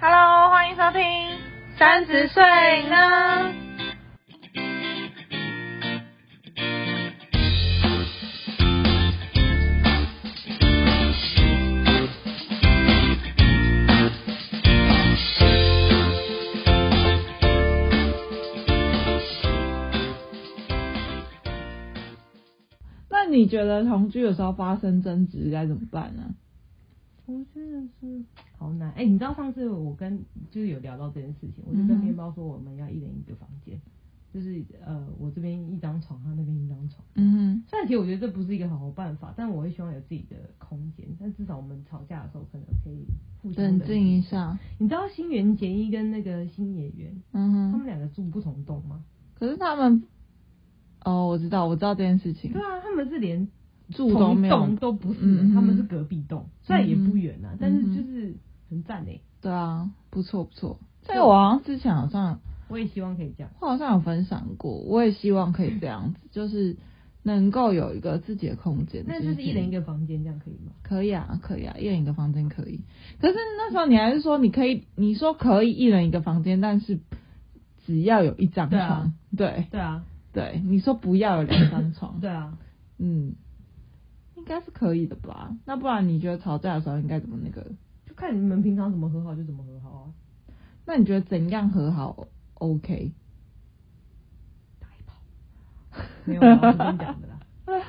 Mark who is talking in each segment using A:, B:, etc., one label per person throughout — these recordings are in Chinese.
A: Hello，欢迎收听。三十岁呢？
B: 那你觉得同居的时候发生争执该怎么办呢、
C: 我真的是好难。哎、你知道上次我跟就是有聊到这件事情，我就
B: 嗯
C: 跟
B: 哼
C: 面包说我们要一人一个房间，就是呃我这边一张床，他那边一张床。
B: 嗯
C: 虽然其实我觉得这不是一个好办法，但我会希望有自己的空间。但至少我们吵架的时候可能可以互
B: 哼，
C: 相
B: 冷
C: 冷
B: 静一。下。
C: 你知道新垣结衣跟那个新演员，
B: 嗯哼
C: 他们，两个住不同栋吗？
B: 可是他们，哦，我知道，我知道这件事情
C: 对，啊，他们是连
B: 住都
C: 同
B: 没
C: 一
B: 有
C: 栋，都不是，
B: 嗯嗯
C: 他们是隔壁栋，虽然也不远啊，
B: 嗯
C: 但是就是很赞欸诶、
B: 对啊，不错不错。这个我
C: 啊
B: 好像之前好像，
C: 我也希望可以这样。
B: 我好像有分享过，我也希望可以这样子，就是能够有一个自己的空间。
C: 那就是一
B: 个。
C: 人一个房间，这样可以吗？
B: 可以啊，可以啊，一人一个房间可以。可是那时候你还是说你可以，你说可以一人一个房间，但是只要有一张
C: 对啊
B: 床。对
C: 对啊，
B: 对，你说不要有两张床。
C: 对啊，
B: 嗯，应该是可以的吧？那不然你觉得吵架的时候应该怎么那个？
C: 就看你们平常怎么和好就怎么和好啊。
B: 那你觉得怎样和好？OK，
C: 打一炮，没有啊啦，我随便讲的啦，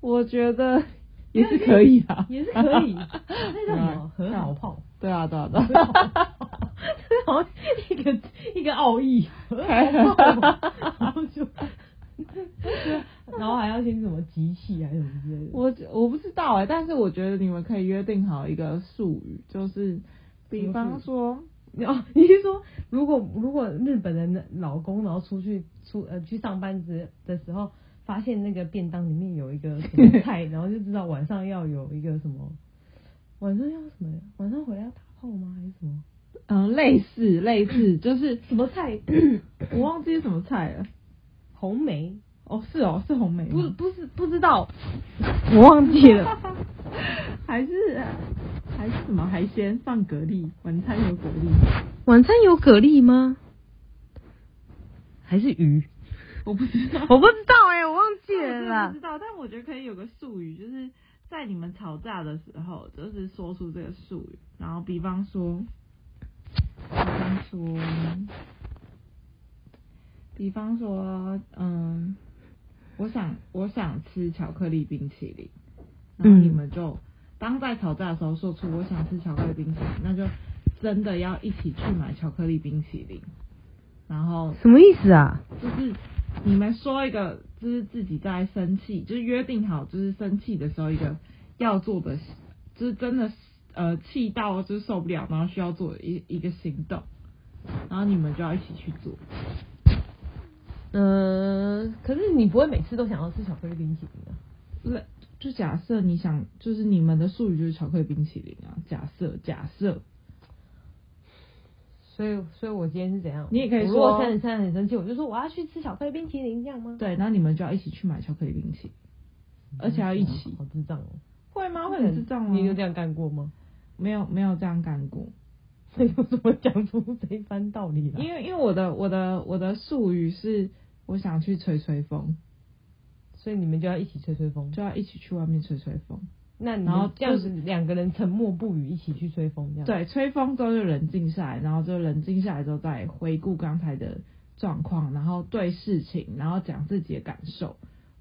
B: 我觉得 也是可以啊，
C: 也是可以。那叫什么和好炮？
B: 对啊，对啊，对啊。
C: 这好像一个一个奥义， 和好炮，然后就。然后还要先什么集气还是什么之类的，
B: 我我不知道哎、但是我觉得你们可以约定好一个术语，就是比方说，
C: 你哦，你是说如果如果日本人的老公然后出去出呃去上班时的时候，发现那个便当里面有一个什么 菜，然后就知道晚上要有一个什么，晚上要什么呀？晚上回来要打炮吗？还是什么
B: 嗯，类似类似，就是
C: 什么菜？
B: 我忘记是什么菜了。
C: 红梅？
B: 哦，是哦，是红梅吗，
C: 不不是不知道，我忘记了。
B: 还是还是什么海鲜放蛤蜊，晚餐有蛤蜊，
C: 晚餐有蛤蜊吗？还是鱼？
B: 我不知道，
C: 我不知道哎、我忘记
B: 我
C: 了
B: 真的
C: 啦
B: 不知。道，但我觉得可以有个术语，就是在你们吵架的时候，就是说出这个术语，然后比方说，比方说，比方说，嗯，我想我想吃巧克力冰淇淋，然后
C: 嗯
B: 你们就、当在吵架的时候说出我想吃巧克力冰淇淋，那就真的要一起去买巧克力冰淇淋，然后
C: 什么意思啊？
B: 就是你们说一个，就是自己在生气，就是约定好，就是生气的时候一个要做的，就是真的呃气到就是受不了，然后需要做的一一个行动，然后你们就要一起去做。
C: 呃，可是你不会每次都想要吃巧克力冰淇淋啊？
B: 就是就假设你想，就是你们的术语就是巧克力冰淇淋啊，假设假设，
C: 所以，所以我今天是怎样？
B: 你也可以
C: 我如
B: 说
C: 果现在现在很生气，我就说我要去吃巧克力冰淇淋，这样吗？
B: 对，然后你们就要一起去买巧克力冰淇淋，
C: 嗯，
B: 而且要一起
C: 好智障哦！
B: 会吗？会很智障啊吗？
C: 你有这样干过吗？
B: 没有没有这样干过。
C: 所以我怎么讲出这一番道理来？
B: 因为因为我的我的我的术语是我想去吹吹风，
C: 所以你们就要一起吹吹风。
B: 就要一起去外面吹吹风。
C: 那你
B: 然后
C: 们这样
B: 就是
C: 子两个人沉默不语，一起去吹风，这样。
B: 对，吹风之后就冷静下来，然后就冷静下来之后再回顾刚才的状况，然后对事情，然后讲自己的感受，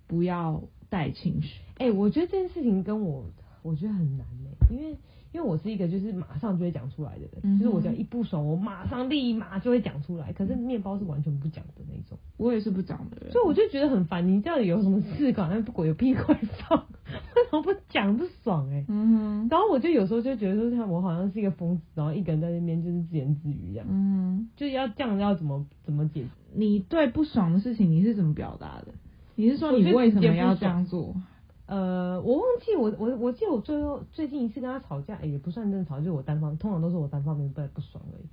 B: 不要带情绪。
C: 哎、我觉得这件事情跟我，我觉得很难呢、因为因为我是一个就是马上就会讲出来的人，
B: 嗯哼
C: 就是我只要一不爽，我马上立马就会讲出来。可是面包是完全不讲的那种，
B: 我也是不讲的人，
C: 所以我就觉得很烦。你到底有什么事搞？那不果有屁快放， 为什么不讲不爽、欸？
B: 嗯哼
C: 然后我就有时候就觉得说，像我好像是一个疯子，然后一个人在那边就是自言自语一样，
B: 嗯
C: 就要这样要怎么怎么解决？
B: 哼，你对不爽的事情你是怎么表达的？你是说
C: 我
B: 你
C: 就
B: 为什
C: 直接
B: 么
C: 不
B: 要
C: 爽
B: 这样做？
C: 呃，我忘记我我我记得我最后最近一次跟他吵架，哎也不算真的吵架，就是我单方，通常都是我单方面不不爽而已。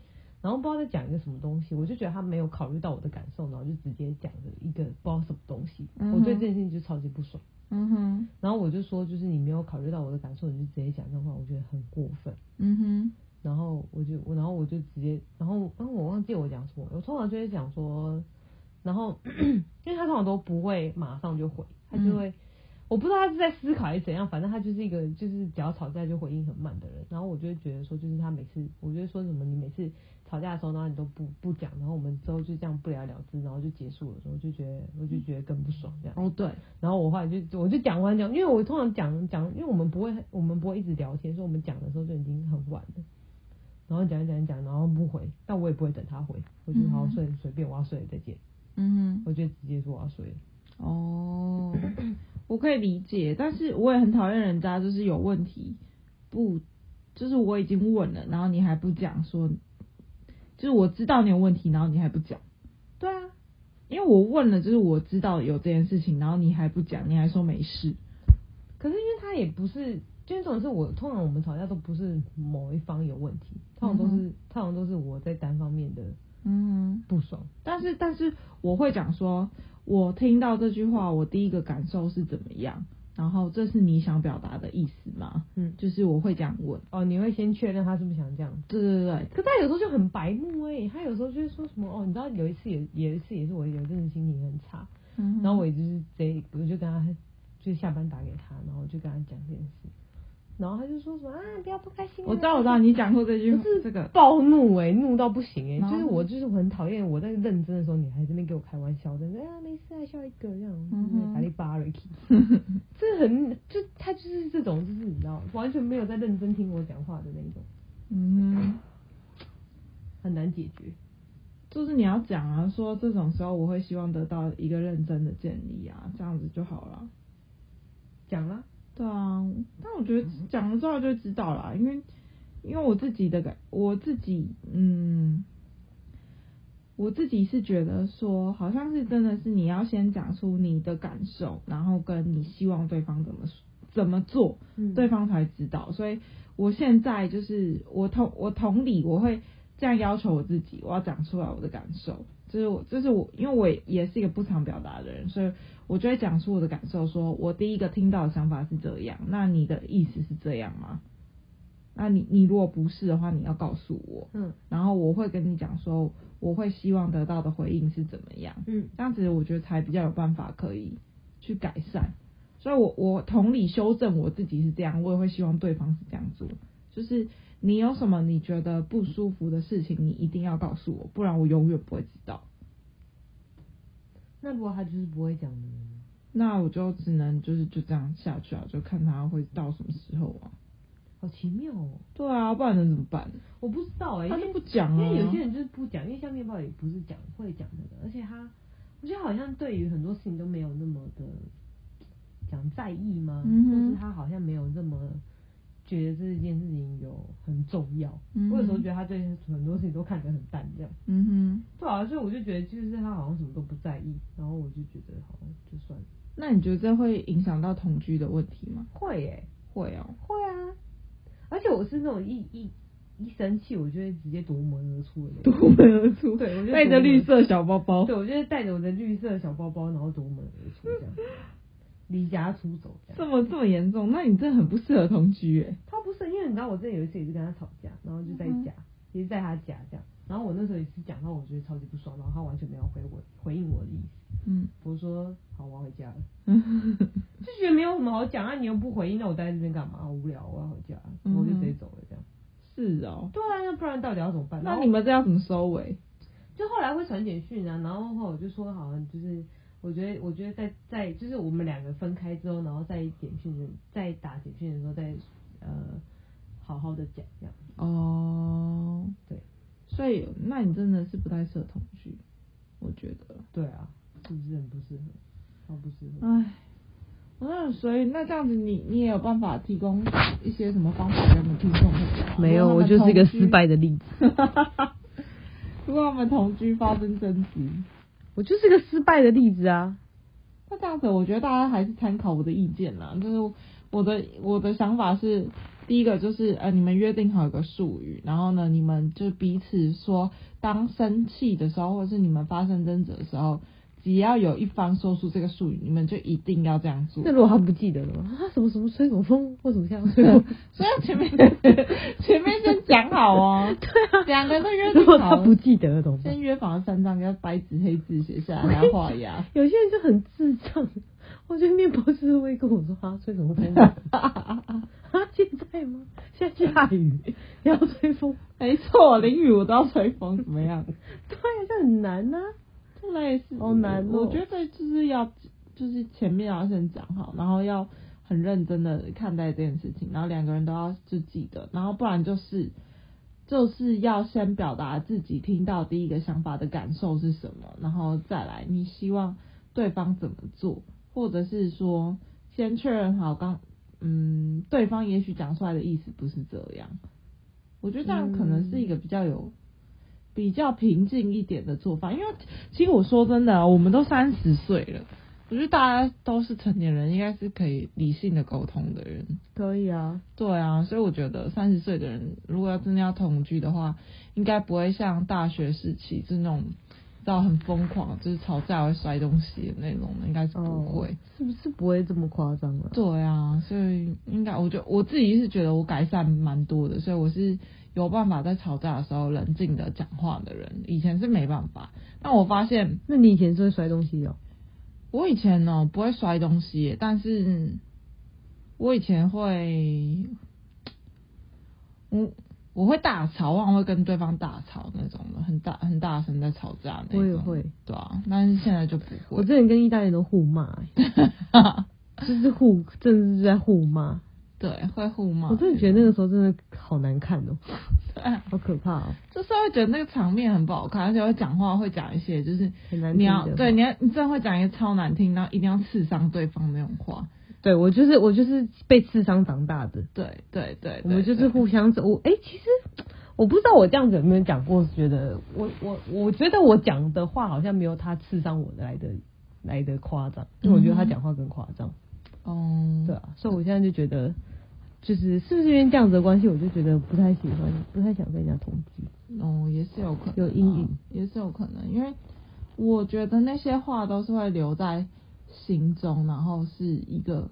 C: 然后不知道在讲一个什么东西，我就觉得他没有考虑到我的感受，然后就直接讲了一个不知道什么东西，
B: 嗯哼
C: 我对这件事情就超级不爽。
B: 嗯哼，
C: 然后我就说，就是你没有考虑到我的感受，你就直接讲这种话，我觉得很过分。
B: 嗯哼，
C: 然后我就我然后我就直接，然后然后我忘记我讲什么，我通常就会讲说，然后 因为他通常都不会马上就回，他就会。我不知道他是在思考还是怎样，反正他就是一个就是只要吵架就回应很慢的人。然后我就会觉得说，就是他每次，我就会说什么你每次吵架的时候，然后你都不不讲，然后我们之后就这样不了了之，然后就结束了。时候就觉得我就觉得更不爽这样。
B: 哦，对，
C: 然后我后来就我就讲完讲，因为我通常讲讲，因为我们不会我们不会一直聊天，所以我们讲的时候就已经很晚了。然后讲一讲一讲，然后不回，但我也不会等他回，我就好好睡，随便我要睡了再见，
B: 嗯
C: 我就直接说我要睡了。
B: 哼， 哦，我可以理解，但是我也很讨厌人家就是有问题不，就是我已经问了，然后你还不讲说，就是我知道你有问题，然后你还不讲，
C: 对啊，
B: 因为我问了，就是我知道有这件事情，然后你还不讲，你还说没事，
C: 可是因为他也不是，就是这种是我通常我们吵架都不是某一方有问题，通常都是、
B: 嗯
C: 通常都是我在单方面的
B: 嗯。
C: 不爽。
B: 但是，但是我会讲说，我听到这句话，我第一个感受是怎么样，然后这是你想表达的意思吗？
C: 嗯，
B: 就是我会这样问，
C: 哦，你会先确认他是不是想这样。
B: 对对对，
C: 可他有时候就很白目哎、他有时候就是说什么哦，你知道有一次也有一次也是我有一阵子心情很差，
B: 嗯
C: 然后我也就是直接我就跟他就下班打给他，然后我就跟他讲这件事，然后他就说什么啊不要不开心啊、
B: 我知道我知道你讲过这句
C: 不是
B: 这个，
C: 暴怒哎、怒到不行哎、
B: 然后
C: 就是我就是很讨厌我在认真的时候，你还在那边给我开玩笑，真的啊没事啊笑一个这样，
B: 嗯哼
C: 打你 巴瑞克，这很就他就是这种就是你知道完全没有在认真听我讲话的那种，
B: 嗯
C: 很难解决。
B: 哼，就是你要讲啊，说这种时候我会希望得到一个认真的建议啊，这样子就好了。
C: 讲啦，
B: 对啊，但我觉得讲了之后就知道啦，因为因为我自己的感，我自己嗯，我自己是觉得说，好像是真的是你要先讲出你的感受，然后跟你希望对方怎么怎么做，
C: 嗯
B: 对方才知道。所以我现在就是我同我同理，我会这样要求我自己，我要讲出来我的感受。就是我，就是我，因为我也也是一个不常表达的人，所以我就会讲出我的感受说我第一个听到的想法是这样，那你的意思是这样吗？那你你如果不是的话，你要告诉我，
C: 嗯
B: 然后我会跟你讲说我会希望得到的回应是怎么样。
C: 嗯
B: 这样子我觉得才比较有办法可以去改善。所以我我同理修正我自己是这样，我也会希望对方是这样做。就是你有什么你觉得不舒服的事情，你一定要告诉我，不然我永远不会知道。
C: 那如果他就是不会讲的人呢，
B: 那我就只能就是就这样下去啊，就看他会到什么时候啊。
C: 好奇妙哦，
B: 对啊，不然能怎么办？
C: 我不知道哎、因
B: 他
C: 为
B: 就不讲
C: 因
B: 啊。
C: 为有些人就是不讲，因为像面包也不是讲会讲这个，而且他，我觉得好像对于很多事情都没有那么的讲在意吗？
B: 嗯哼
C: 或是他好像没有这么觉得这件事情有很重要。
B: 嗯哼
C: 我有时候觉得他对很多事情都看得很淡，这样
B: 嗯
C: 对啊，所以我就觉得就是他好像什么都不在意，然后我就觉得好就算了。
B: 哼，那你觉得这会影响到同居的问题吗？
C: 会耶、
B: 会 哦。
C: 会啊，而且我是那种一一一生气，我就会直接夺门而出的那种。
B: 夺门而出，
C: 对我觉得
B: 带着绿色小包包。
C: 对，我就是带着我的绿色小包包，然后夺门而出这样，离家出走这
B: 这
C: 样。
B: 么这么严重，那你真的很不适合同居哎。
C: 他不是，因为你知道我之前有一次也是跟他吵架，然后就在
B: 嗯哼
C: 家，也是在他家这样。然后我那时候也是讲到我觉得超级不爽，然后他完全没有回我回应我的意思。
B: 嗯，
C: 我说好，我要回家 了，就觉得没有什么好讲啊，你又不回应，那我待在这边干嘛？无聊，我要回家，
B: 嗯哼
C: 我就直接走了这样。
B: 是哦。
C: 对啊，那不然到底要怎么办？然
B: 那
C: 后
B: 你们这要怎么收尾？
C: 就后来会传简讯啊，然后后来我就说好像就是，我觉得我觉得在在就是我们两个分开之后，然后再简讯的再打简讯的时候再呃好好的讲这样。
B: 哦，
C: 对
B: 所以那你真的是不太适合同居，我觉得。
C: 对啊，是不是很不适合？超不适合。
B: 唉，那所以那这样子你，你也有办法提供一些什么方法给我们听众朋友吗？如果他们同居。
C: 的例子，
B: 如果我们同居发生争执，
C: 我就是个失败的例子啊。
B: 那这样子，我觉得大家还是参考我的意见啦。就是我的我的想法是，第一个就是呃，你们约定好一个术语，然后呢，你们就彼此说，当生气的时候，或者是你们发生争执的时候，只要有一方说出这个术语，你们就一定要这样做
C: 那。如果他不记得了吗？啊，什么什么吹口风，为什么 像吹口风？
B: 所以要前面前面先讲好 哦，对啊，两个人都约
C: 如果
B: 定
C: 他
B: 好，
C: 不记得了怎么办？
B: 先约法三章，要白纸黑字写下来，还要画 押。
C: 有些人就很智障， 我觉得面包师会跟我说啊，吹什么 风啊？啊，现在吗？现在下雨，你要吹风？
B: 没错，淋雨我都要吹风，怎么样？
C: 对啊，这很难呐、
B: 这类似，
C: 好难哦
B: 我觉得就是要，就是前面要先讲好，然后要很认真的看待这件事情，然后两个人都要就记得，然后不然就是就是要先表达自己听到第一个想法的感受是什么，然后再来你希望对方怎么做，或者是说先确认好刚，嗯，对方也许讲出来的意思不是这样，我觉得这样可能是一个比较有。比较平静一点的做法，因为其实我说真的啊，我们都三十岁了，我觉得大家都是成年人，应该是可以理性的沟通的人。
C: 可以啊，
B: 对啊，所以我觉得三十岁的人，如果要真的要同居的话，应该不会像大学时期就是那种到很疯狂，就是吵架会摔东西的那种，应该是不会。
C: 哦，是不是不会这么夸张啊？
B: 对啊，所以应该，我觉得我自己是觉得我改善蛮多的，所以我是有办法在吵架的时候冷静的讲话的人，以前是没办法。但我发现
C: 那你以前是会摔东西的哦、
B: 我以前呢、不会摔东西耶，但是我以前会，我我会大吵，往往会跟对方大吵那种的，很大很大声在吵架那种。
C: 我也会，
B: 对啊，但是现在就不
C: 我
B: 会。
C: 之前跟意大利人都互骂、欸，就是互，真的是在互骂。
B: 对，会互骂。
C: 我真的觉得那个时候真的好难看哦、
B: 对啊
C: 好可怕哦、
B: 就是会觉得那个场面很不好看，而且会讲话会讲一些就是
C: 很难
B: 你
C: 听
B: 要
C: 的
B: 对
C: 话
B: 你要你真的会讲一些超难听，然后一定要刺伤对方那种话。
C: 对我就是我就是被刺伤长大的，
B: 对对对，
C: 我们
B: 对
C: 就是
B: 对
C: 互相我哎、其实我不知道我这样子有没有讲过，觉得我我我觉得我讲的话好像没有他刺伤我的来的来的夸张，因为我觉得他讲话更夸张，
B: 嗯，
C: 对啊，所以我现在就觉得。就是是不是因为这样子的关系，我就觉得不太喜欢，不太想跟人家同居。
B: 哦，也是有可能啊
C: 有阴影，
B: 也是有可能，因为我觉得那些话都是会留在心中，然后是一个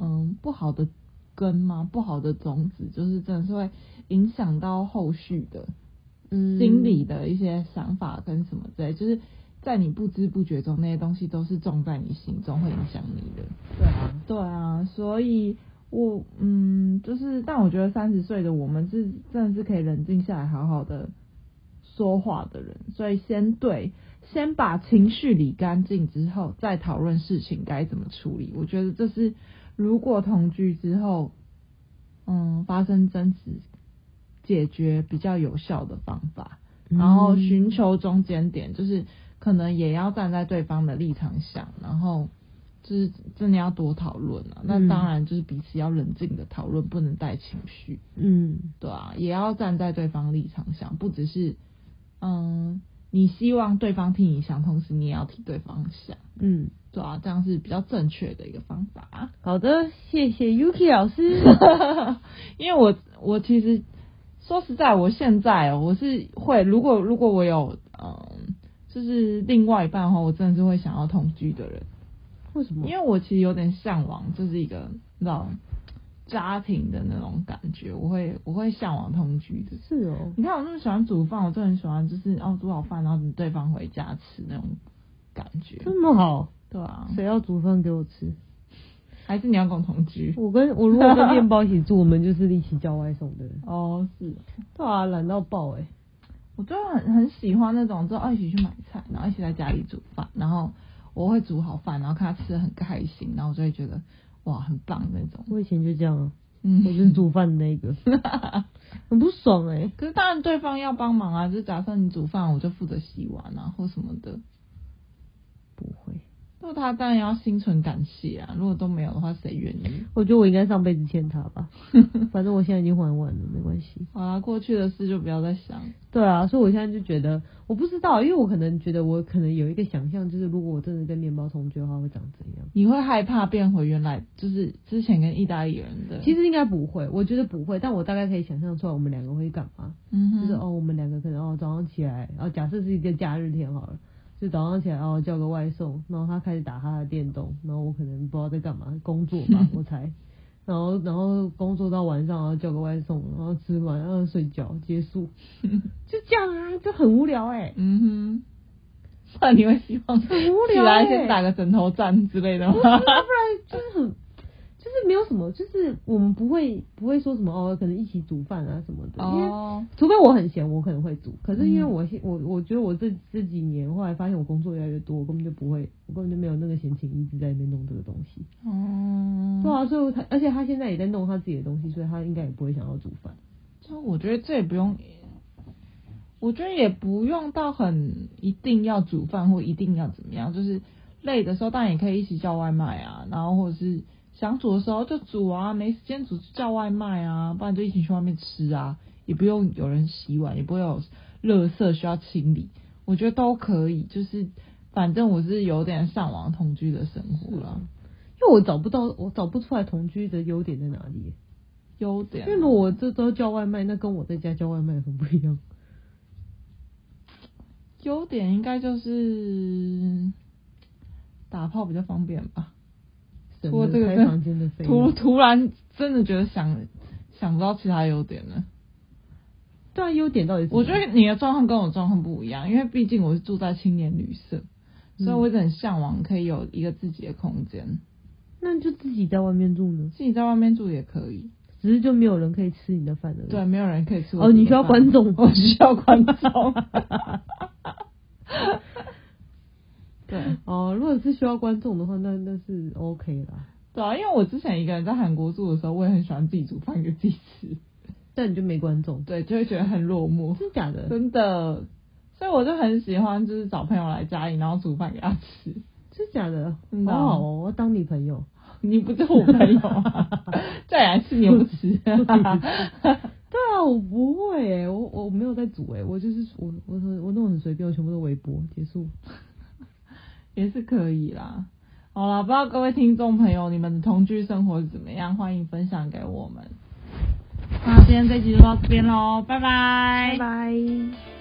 B: 嗯不好的根嘛，不好的种子，就是真的是会影响到后续的
C: 嗯
B: 心理的一些想法跟什么之类，就是在你不知不觉中，那些东西都是种在你心中，会影响你的。
C: 对啊，
B: 对啊，所以我嗯，就是，但我觉得三十岁的我们是真的是可以冷静下来，好好的说话的人。所以先对，先把情绪理干净之后，再讨论事情该怎么处理。我觉得这是如果同居之后，嗯，发生争执解决比较有效的方法。
C: 嗯
B: 然后寻求中间点，就是可能也要站在对方的立场想，然后就是真的要多讨论啊。那
C: 嗯
B: 当然就是彼此要冷静的讨论，不能带情绪，
C: 嗯，
B: 对啊，也要站在对方立场想，不只是嗯，你希望对方替你想，同时你也要替对方想，
C: 嗯，
B: 对啊，这样是比较正确的一个方法啊。
C: 好的，谢谢 Yuki 老师。
B: 因为我我其实说实在，我现在哦，我是会如果如果我有嗯，就是另外一半的话，我真的是会想要同居的人，
C: 为什么？
B: 因为我其实有点向往，就是一个那种家庭的那种感觉，我会我会向往同居的。
C: 是哦，
B: 你看我那么喜欢煮饭，我就很喜欢就是哦煮好饭，然后等对方回家吃那种感觉，
C: 这么好，
B: 对啊，
C: 谁要煮饭给我吃？
B: 还是你要跟我同居？
C: 我跟我如果跟面包一起住，我们就是一起叫外送的人。
B: 哦，是，
C: 对啊，懒到爆哎、
B: 我就很很喜欢那种，就哦一起去买菜，然后一起在家里煮饭，然后我会煮好饭，然后看他吃的很开心，然后我就会觉得哇很棒那种。
C: 我以前就这样啊，我就
B: 嗯，
C: 是煮饭的那个，很不爽哎、
B: 可是当然对方要帮忙啊，就是假设你煮饭，我就负责洗碗啊或什么的，
C: 不会，
B: 那他当然要心存感谢啊。如果都没有的话，谁愿意？
C: 我觉得我应该上辈子欠他吧，反正我现在已经还完了，没关系。
B: 好啦，过去的事就不要再想。
C: 对啊，所以我现在就觉得，我不知道，因为我可能觉得我可能有一个想象，就是如果我真的跟面包同居的话，会长怎样？
B: 你会害怕变回原来，就是之前跟意大利人的，
C: 其
B: 实
C: 实应该不会，我觉得不会，但我大概可以想象出来我们两个会干嘛。
B: 嗯
C: 就
B: 哼，
C: 哦是哦，我们两个可能哦早上起来，然、后假设是一个假日天好了，就早上起来哦叫个外送，然后他开始打他的电动，然后我可能不知道在干嘛，工作吧，我才，然后然后工作到晚上，然后叫个外送，然后吃完然后睡觉结束，就这样啊，就很无聊哎、
B: 嗯哼，那你会希望
C: 很无聊
B: 起来
C: 欸
B: 先打个枕头战之类的
C: 不是
B: 吗
C: 啊不？然就是很，就是没有什么，就是我们不会不会说什么哦，可能一起煮饭啊什么的，因为
B: 哦，
C: 除非我很闲，我可能会煮。可是因为
B: 嗯
C: 我现我我觉得我这这几年后来发现我工作越来越多，我根本就不会，我根本就没有那个闲情一直在那边弄这个东西。
B: 哦，
C: 对啊，所以我他而且他现在也在弄他自己的东西，所以他应该也不会想要煮饭。
B: 就我觉得这也不用，我觉得也不用到很一定要煮饭或一定要怎么样，就是累的时候当然也可以一起叫外卖啊，然后或者是想煮的时候就煮啊，没时间煮就叫外卖啊，不然就一起去外面吃啊，也不用有人洗碗，也不会有垃圾需要清理，我觉得都可以，就是反正我是有点向往同居的生活
C: 啊
B: 啦，
C: 因为我找不到，我找不出来同居的优点在哪里耶。
B: 优点
C: 因
B: 啊。
C: 为如果我这都叫外卖，那跟我在家叫外卖很不一样。
B: 优点应该就是打炮比较方便吧。
C: 省
B: 我
C: 了
B: 这个
C: 开
B: 真
C: 房间的费
B: 突
C: 用。
B: 突然真的觉得想想不到其他优点了。
C: 对啊，优点到底是什么？
B: 我觉得你的状况跟我状况不一样，因为毕竟我是住在青年旅社，
C: 嗯
B: 所以我一直很向往可以有一个自己的空间，
C: 那就自己在外面住呢，
B: 自己在外面住也可以。
C: 只是就没有人可以吃你的饭而已。
B: 对，没有人可以吃我
C: 哦，你
B: 煮
C: 需
B: 的
C: 要
B: 饭
C: 观众，
B: 我需要观 众。对
C: 哦，如果是需要观众的话，那那是 OK 啦。
B: 对啊，因为我之前一个人在韩国住的时候，我也很喜欢自己煮饭给自己吃，
C: 但你就没观众，
B: 对，就会觉得很落寞。
C: 真假的？
B: 真的，所以我就很喜欢，就是找朋友来家里，然后煮饭给他吃。
C: 真假的？
B: 真的啊
C: 好好哦，我要当你朋友。
B: 你不是我朋友啊，再来吃你又不吃，
C: 对啊，我不会诶、我我没有在煮诶、我就是我我我弄得很随便，我全部都微波结束。
B: 也是可以啦。好啦，不知道各位听众朋友，你们的同居生活是怎么样？欢迎分享给我们。那今天这集就到这边喽，拜拜
A: 拜。